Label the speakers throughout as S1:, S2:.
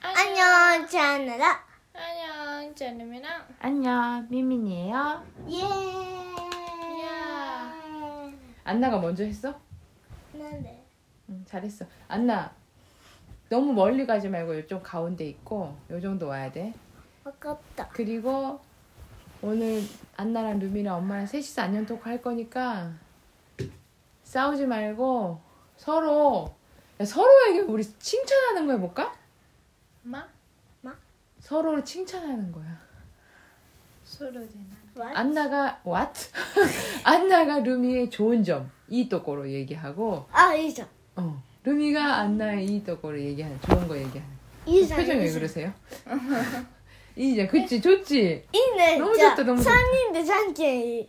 S1: 안녕, 자느라.
S2: 안녕, 제누미랑
S3: 안녕, 미민이에요.
S1: 예.
S2: 야.
S3: 안나가 먼저 했어?
S1: 근데
S3: 응, 잘했어. 안나, 너무 멀리 가지 말고 좀 가운데 있고 요 정도 와야 돼.
S1: 아깝다.
S3: 그리고 오늘 안나랑 루미랑 엄마랑 셋이서 안녕 토크 할 거니까 싸우지 말고 서로 야, 서로에게 우리 칭찬하는 거 해볼까?
S2: 마
S3: 서로를 칭찬하는 거야.
S2: 소르데나.
S1: 와.
S3: 안나가 what? 안나가 루미의 좋은 점, 이 또고로 얘기하고
S1: 아, 이사.
S3: 어. 루미가 안나의 이 또고를 얘기하는 좋은 거 얘기하는
S1: 이사.
S3: 표정이 왜
S1: 이사.
S3: 그러세요? 이제 그치 좋지?
S1: 이네.
S3: 너무
S1: 자,
S3: 좋다, 너무 좋다.
S1: 산인데 산길.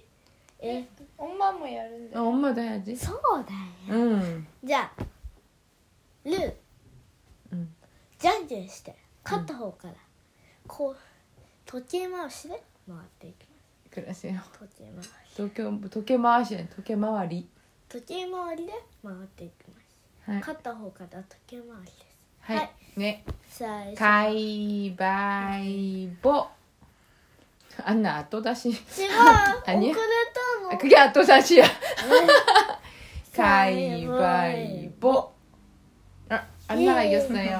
S1: 예.
S2: 엄마 뭐 야른데.
S3: 어, 엄마도 해야지
S1: 서다.
S3: 응
S1: 자, 루.
S3: うん
S1: じゃんけんして、勝った方から、こう、時計回しで回っていきま
S3: 그러세요
S1: す。時計回し。
S3: 도쿄 도쿄마와시 도쿄마와리
S1: 時計回りで回っていきます。
S3: 하이
S1: 勝った方から時計回りで
S3: 하이 네
S1: す。最初。
S3: 가위바위보 안나 또다시
S1: 違う
S3: あに
S1: 遅れたの
S3: 아, 그게 또다시야 가위바위보 아, 안나가
S1: 예.
S3: 이겼어요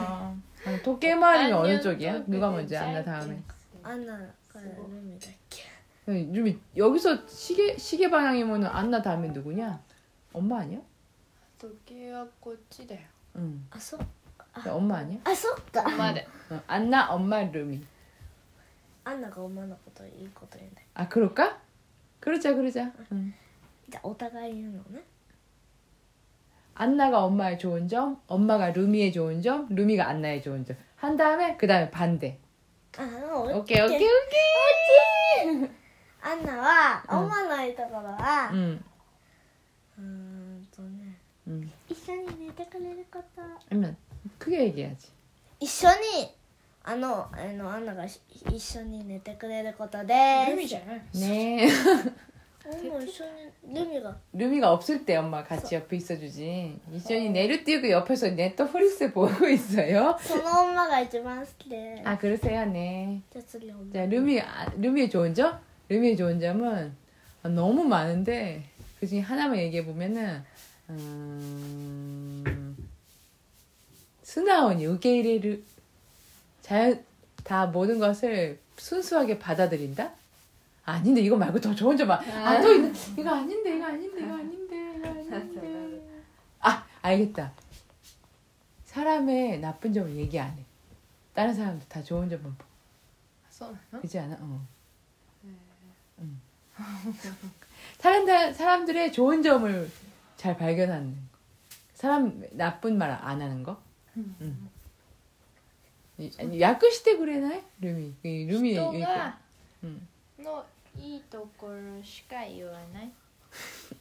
S3: 아, 도깨마리는 어느
S2: 안녕,
S3: 쪽이야? 누가
S2: 도깨비
S3: 먼저 안나 다음에
S1: アナからルミだっけ
S3: 루미 여기서 시계 시계 방향이면 안나 다음에 누구냐? 엄마 아니야?
S2: 도끼와 꽃이래요.
S3: 응.
S1: あそ
S3: 엄마 아니야?
S1: あそっか
S2: 엄마래.
S3: 어, 안나 엄마 루미.
S1: アンナが女のこといいこと言うんだ
S3: 아 그럴까? 그러자 그러자. 응.
S1: じゃあお互い言うのね
S3: 안나가 엄마의 좋은 점, 엄마가 루미의 좋은 점, 루미가 안나의 좋은 점. 한 다음에 그 다음에 반대.
S1: あの
S3: 오케이 오케이 오케이.
S1: アンナは
S3: うん
S1: 思わないところは
S3: 응.
S1: うーんとね
S3: 응.
S1: 一緒に寝てくれること
S3: 그러면 크게 얘기해야지.
S1: 一緒にあのあのアンナがし一緒に寝てくれることで
S2: 루미잖아.
S3: 네.
S1: すうんもう一緒にルミが
S3: 루미가 없을 때 엄마 같이 옆에 있어주지. 이전이 내려 띄우고 옆에서 넷플릭스 보고 있어요.
S1: その女が一番好きで
S3: 아 그러세요, 네.
S1: じゃあ次女
S3: 자 루미 아, 루미의 좋은 점? 루미의 좋은 점은 아, 너무 많은데 그 중에 하나만 얘기해 보면은 음, 스나오니 우게이레르 자연 다 모든 것을 순수하게 받아들인다? 아닌데 이거 말고 더 좋은 점 아, 아, 또 있는 이거 아닌데 이거 아닌데 이거 아닌데 이거 아닌데 아 알겠다 사람의 나쁜 점은 얘기 안 해 다른 사람도 다 좋은 점만 보-
S2: 소나.
S3: 그지 않아? 어. 응. 사람들 사람들의 좋은 점을 잘 발견하는 거. 사람 나쁜 말 안 하는 거. 응. 이- 아니 야쿠시테 그래나이? 루미. 이 루미 얘기.
S2: 또가
S3: 응.
S2: 너이 도코로 시카 이와나이.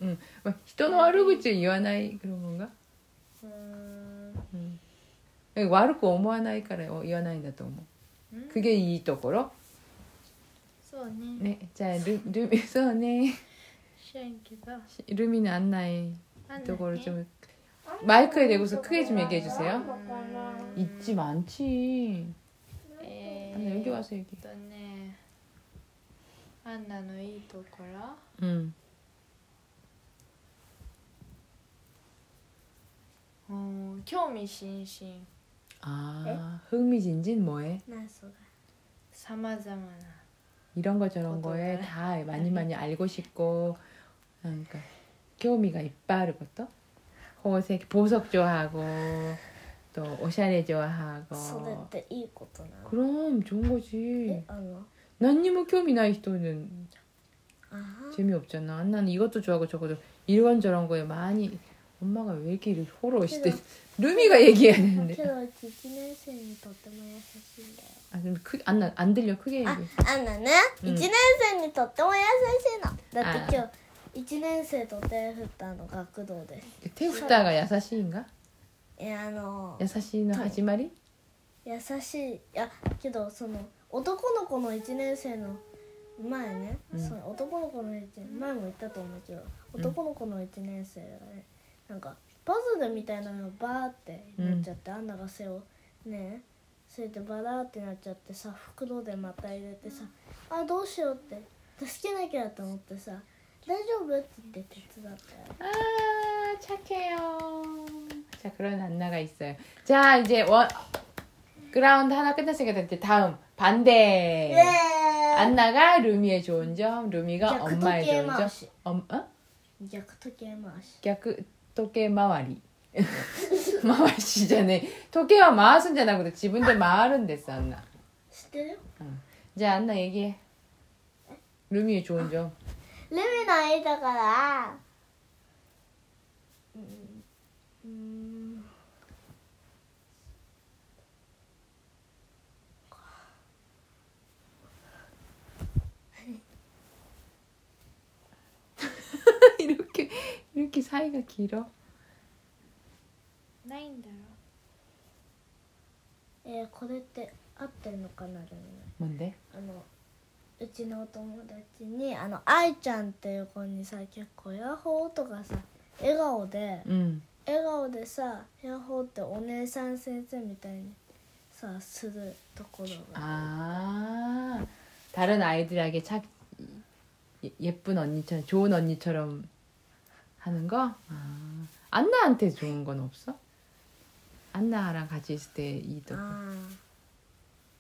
S3: 막 뭐, 히토노 와르구치 이와나이 그런 건가? 음.
S1: うーん
S3: 와르고 오모하나이 까라 어, 이와나이다 또 뭐.
S2: 음.
S3: 그게 이 또고로.
S2: 소네.
S3: 네. 자, 루, 루미 소네.
S2: 시안키가.
S3: 루미는 안나의 이 또고로 좀 마이크에 대고서 크게 좀 얘기해 주세요. 있지 많지.
S2: 에.
S3: 안나 여기 와서 얘기.
S2: 또네. 안나의 이 도코로.
S3: 응.
S2: 어, 교미신신.
S3: 아 흥미진진 뭐해?
S1: 何それ
S2: 사마자마나.
S3: 이런 거 저런
S2: 저도
S3: 거에
S2: 네.
S3: 다 많이 많이 알고 싶고 그러니까 교미가 이빨을 것도 호색 보석 좋아하고 또 오샤레
S1: それ
S3: 좋아하고
S1: っていいことなの
S3: 그럼 좋은
S1: え
S3: 거지.
S1: あの
S3: 난니모 교미 나이 히토는
S1: あ
S3: 재미없잖아. 나는 이것도 좋아하고 저것도 이런 저런 거에 많이 엄마가 왜 이렇게 호러시대 루미가 얘기해야
S1: あ
S3: 되는데
S1: けど1年生にとっても優しいんだよ
S3: 아좀안안 안 들려 크게 얘기해.
S1: あんなね、
S3: うん
S1: 1年生にとっても優しいのだって今日1年生と手振ったの学童です
S3: 태국다가 야사시인가?
S1: えあの
S3: 야사시는
S1: 네.
S3: 하지마리?
S1: 優しいいやけどその男の子の1年生の前ね、
S3: うん
S1: その男の子の1年前も言ったと思うけど男の子の1年生がねなんかパズルみたいなのがバーってなっちゃって、アンナが背をねそれでバラーってなっちゃってさ袋でまた入れてさ「あどうしよう」って助けなきゃと思ってさ「大丈夫?」って言って手伝ったよ
S3: 아 착해요. 자 그런 안나가 있어요. 자 이제 원 그라운드 하나 끝났으니까 이제 다음 반대. 안나가 루미의 좋은 점, 루미가
S1: 예. 그
S3: 엄마의
S1: 토끼의
S3: 좋은 점.
S1: 마우스.
S3: 엄, 어?
S1: 逆時計回し
S3: 갸크 토끼 마와리. 마와시잖아. 토끼와 마와순잖아. 근데 지분데 마을은 됐어 안나.
S1: 知ってる
S3: 이제 안나 얘기해. 루미의 좋은 점.
S1: ルミの絵だからうんうん
S3: 아, 이렇게 이렇게 사이가 길어.
S2: ないんだろ
S1: えーこれって合ってるのかなルミ
S3: 뭔데?
S1: あのうちのお友達にあの愛ちゃんっていう子にさ結構ヤッホーとかさ笑顔で
S3: 음.
S1: 笑顔でさヤッホーってお姉さん先生みたいにさするところが
S3: 아 다른 아이들에게 착 예- 예쁜 언니처럼 좋은 언니처럼 하는 거 아, 안나한테 좋은 건 없어? 안나랑 같이 있을 때이
S1: あ
S3: 또.
S1: ー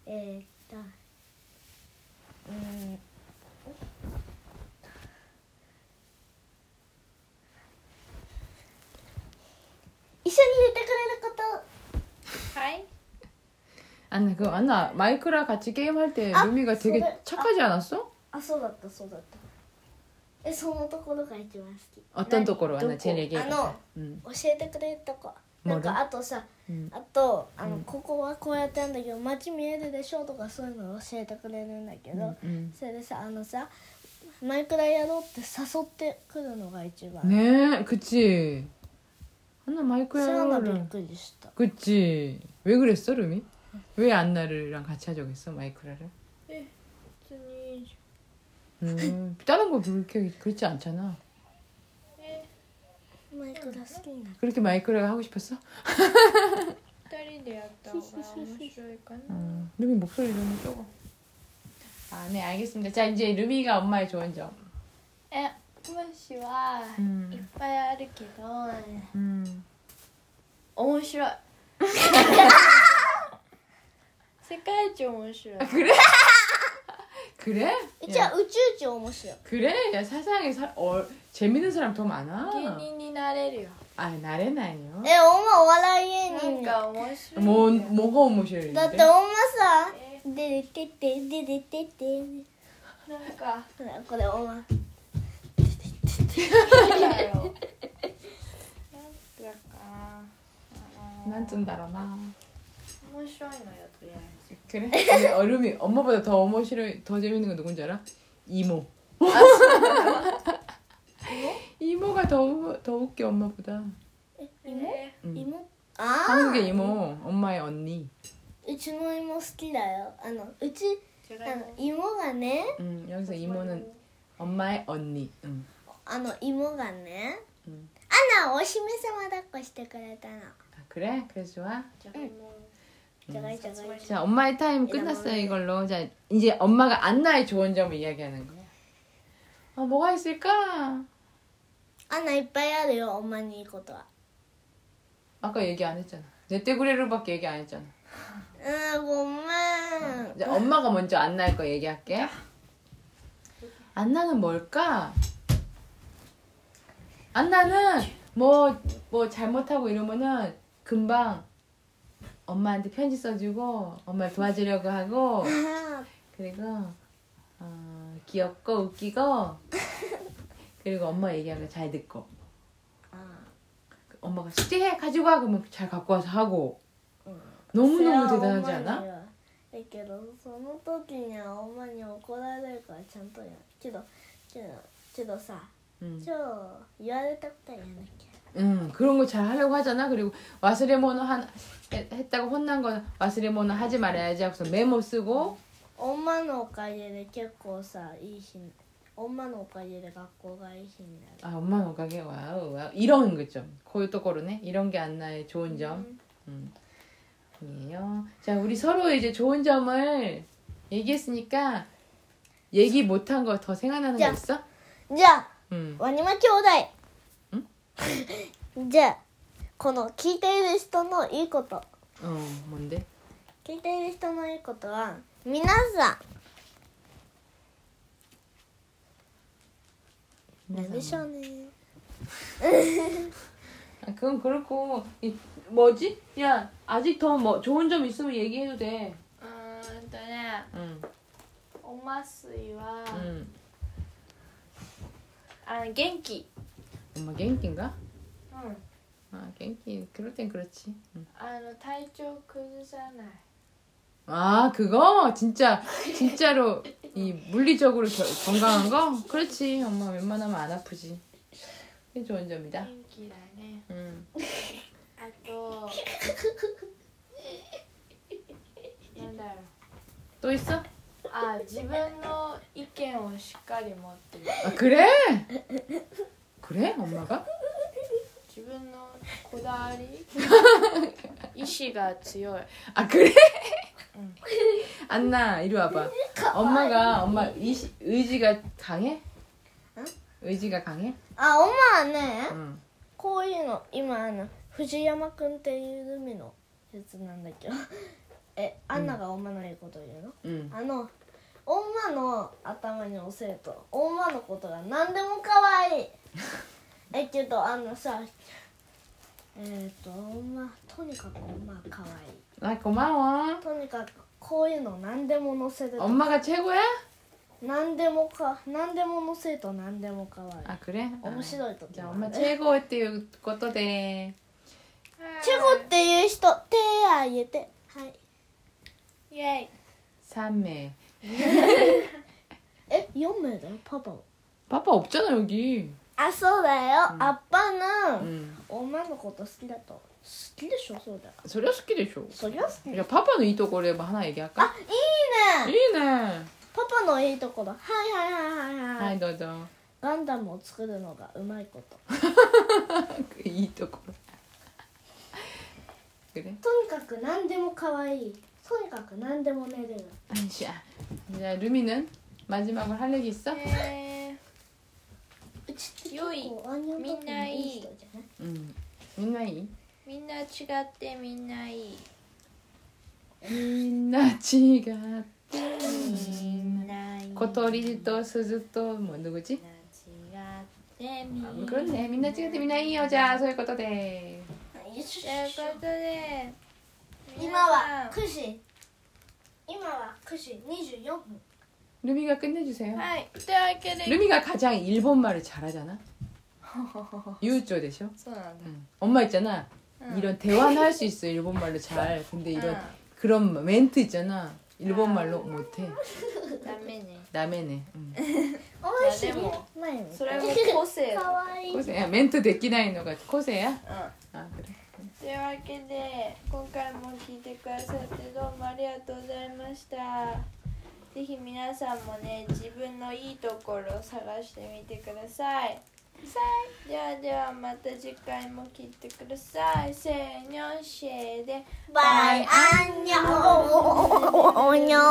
S1: えー、っとうん一緒に寝てくれること
S2: はい
S3: 안나 그 안나 마이크랑 같이 게임할 때
S1: 아,
S3: 루미가 되게
S1: 그래.
S3: 착하지 않았어?
S1: あそうだったそうだったえそのところが一番好き
S2: 난
S3: 어떤 똑으로 안나
S2: 똑고.
S3: 제일 얘기해
S1: 네, 안어.
S3: 봐. 음,
S1: 教
S3: 응.
S1: えてくれるとこなん
S3: も
S1: からあとさ
S3: うん
S1: あとあの、
S3: うん
S1: ここはこうやってんだけど街見えるでしょとかそういうのを教えてくれるんだけど、
S3: 응.
S1: それでさあのさマイクラやろうって誘ってくるのが一番、
S3: 네, 그치. 안나
S1: それはびっ
S3: 마이크랑
S1: くりした
S3: 그치. 왜 그랬어, 루미? 왜 안나를랑 같이 하자고 했어, 마이크라를?
S2: 普通にいいじ
S3: 음, 다른 거 그렇게 그렇지 않잖아.
S2: ゃんえ
S1: マイクラ好きになる
S3: 그렇게 마이크라가 하고 싶었어?
S2: 二人でやった方が面白いかな
S3: 음, 루미 목소리 좀 적어. 아, 네, 알겠습니다. 자, 이제 루미가 엄마의 좋은 점.
S2: え文字はいっ
S3: 음,
S2: ぱいあるけど
S3: 음.
S2: 面白 い世界一面白い
S3: 그래?
S1: うち
S3: 야,
S1: は宇宙人面白い
S3: 그래? 야, 세상에 사, 어, 재밌는 사람 더 많아.
S2: 芸人になれるよ
S3: 아, 나래나요.
S1: えおまお笑い芸
S2: なん
S1: 人
S2: か面白い
S3: 뭐, 뭐가 오모셔야
S1: だっておまさ出てって出てってって
S2: なんか
S1: ほらこれおま
S2: なんだろうなんだかなあの
S3: 난좀 달아나.
S2: 面白いのよとりあえず
S3: 그래? 근데 어, 루미, 엄마보다 더 오모시를 더 재밌는 건 누군지 알아? 이모. 이모가 더, 더 웃겨, 엄마보다.
S1: 芋
S2: え
S3: うん
S1: 芋ああ
S3: 음. 한국의 아, 이모, 엄마의 언니.
S1: うちの芋好きだよあのうち
S2: ーじゃが
S1: あ
S2: い
S1: の
S2: も
S1: 芋がね
S3: 음, 여기서 이모는 엄마의 언니. 음.
S1: あの芋がね
S3: 음.
S1: アナをお姫様抱っこしてくれたの
S3: 아, 그래? 그래 좋아?
S2: じゃがいも
S1: じゃがいじゃがい
S3: 자 엄마의 타임 끝났어요 이걸로 자 이제 엄마가 안나의 좋은 점을 이야기하는 거야 아 뭐가 있을까?
S1: アナいっぱいあるよおまにいいことは
S3: 아까 얘기 안 했잖아 네떼구레루밖에 얘기 안 했잖아
S1: うんごめん
S3: 자, 엄마가 먼저 안나의 거 얘기할게 안나는 뭘까? 안나는 뭐, 뭐 잘못하고 이러면은 금방 엄마한테 편지 써주고 엄마 도와주려고 하고
S1: あ
S3: 그리고 어, 귀엽고 웃기고 그리고 엄마 얘기하는 거 잘 듣고
S1: あ
S3: 엄마가 숙제해 가지고 와 그러면 잘 갖고 와서 하고
S1: それは
S3: 너무너무
S1: お
S3: 대단하지
S1: まに
S3: 않아?
S1: はだけどその時にはおまに怒られるからちゃんとやるけどけどけどさ
S3: 응.
S1: 今日言われたことはやんなきゃ
S3: 응, 그런 거 잘 하려고 하잖아 그리고 와스레모노 한 해- 했다고 혼난 건 와스레모노 하지 말아야지 하고서 메모 쓰고
S1: 엄마のおかげで結構さいい日に엄마のおかげで学校がいい日になる
S3: 아 엄마 오가게 그 와우 와우 이런 거좀 고요 또고르네 이런 게 안나의 좋은 점 음. 아니에요. 자, 우리 서로 이제 좋은 점을 얘기했으니까 얘기 못한 거 더 생각나는
S1: 자.
S3: 거 있어?
S1: じゃあ
S3: 음.
S1: ワニマ兄弟ん じゃあこの聞いている人のいいこと
S3: 어, 뭔데?
S1: 聞いている人のいいことは皆さんなんでしょうね
S3: 아, 그건 그렇고 이, 뭐지? 야, 아직 더 뭐 좋은 점 있으면 얘기해도 돼.
S2: うーんとね
S3: 응.
S2: おますいは、
S3: 응.
S2: あの元気
S3: 엄마 갱기인가?
S2: うん
S3: 아, 갱기. 그럴 땐 그렇지. 응.
S2: あの体調崩さない
S3: 아, 그거 진짜 진짜로 이 물리적으로 겨- 건강한 거? 그렇지. 엄마 웬만하면 안 아프지. 그게 좋은 점이다. 음.
S2: 元気だね
S3: 응.
S2: あとなんだろ
S3: 또 있어? 아,
S2: うあ自分の意見をしっかり持ってる
S3: 아, 그래? 그래? 엄마가?
S2: 自分のこだわ り意志が強い
S3: 아 그래?
S2: 응.
S3: 안나 이리 와봐. 엄마가 엄마 이시- 의지가 강해?
S1: 응? 의
S3: 지가 강해?
S1: あおまはね
S3: 응.
S1: こういうの今あの藤山くんっていう海のやつなんだけど えアンナがおまのいいこと言うの、
S3: 응.
S1: あのおまの頭に押せるとおまのことが何でも可 愛いえけどあのさえっ、とおまとにかくおまは可愛い
S3: 나 고마워.
S1: とにかくこういうの何でも乗せると
S3: 엄마가 최고야?
S1: 何でもか何でも乗せると何でも可愛い
S3: 아 그래?
S1: 面
S3: 아,
S1: 白い時
S3: 자,
S1: もあ
S3: 엄마
S1: る
S3: 최고っていうことで
S1: 최고っていう人手あげてはい
S2: イエイ
S3: 삼매.
S1: え4名だよパパは
S3: 아빠 없잖아 여기.
S1: あそうだよ、
S3: うん
S1: アッパーの
S3: 응.
S1: お前のこと好きだと好きでしょそうだよ
S3: 소리야 스키리쇼.
S1: そりゃ好きだ
S3: 야
S1: よ
S3: 파파는 이 또고래 뭐 하나
S1: あ
S3: 얘기할까? 아.
S1: いいね
S3: 이네.
S1: パパのいいとこだはいはいはいはいは
S3: 아이
S1: い
S3: 너도
S1: ガンダムを作るのがうまいこと
S3: 이 또고래. 그래?
S1: とにかく何でも可愛いとにかく何でも寝れる
S3: 아니야. 자, 루미는 마지막으로 할 얘기 있어?
S2: え
S1: うちって
S2: 良い
S1: こうアンニョンとかもいい人じゃない
S3: 응. 민나 이.
S2: ーみんな違ってみんないい
S3: 민나 지가
S2: みんないい
S3: 코토리 또 스즈 또뭐 누구지?
S2: みんな違ってみんな
S3: 아, 그렇네. 민나 지가 또 민나 이 여자 소위 것도 돼.
S1: はいよし
S2: ということで
S1: 今
S2: 皆さ
S1: は
S2: ん
S1: 9時今は9時24分
S3: 루미가 끝내주세요.
S2: はいというわけで
S3: 루미가 가장 일본 말을 잘하잖아. 유조 되셔.
S2: そうなんだ
S3: 응. 엄마 있잖아.
S2: 응.
S3: 이런 대화는 할 수 있어 일본 말로 잘. 근데 이런
S2: 응.
S3: 그런 멘트 있잖아. 일본 말로 못해.
S2: ダメね
S3: 남해네. 응.
S1: おいしい
S2: いやでも
S1: 前に
S2: それも個 性だ
S1: かわいい
S3: 코세야 멘트 데키나이노가 코세야?
S2: うん
S3: 아 그래.
S2: というわけで今回も聞いてくださってどうもありがとうございましたぜひ皆さんもね自分のいいところを探してみてくださいではではまた次回も聞いてくださいせーのシェーで
S1: 拜安妞，安妞。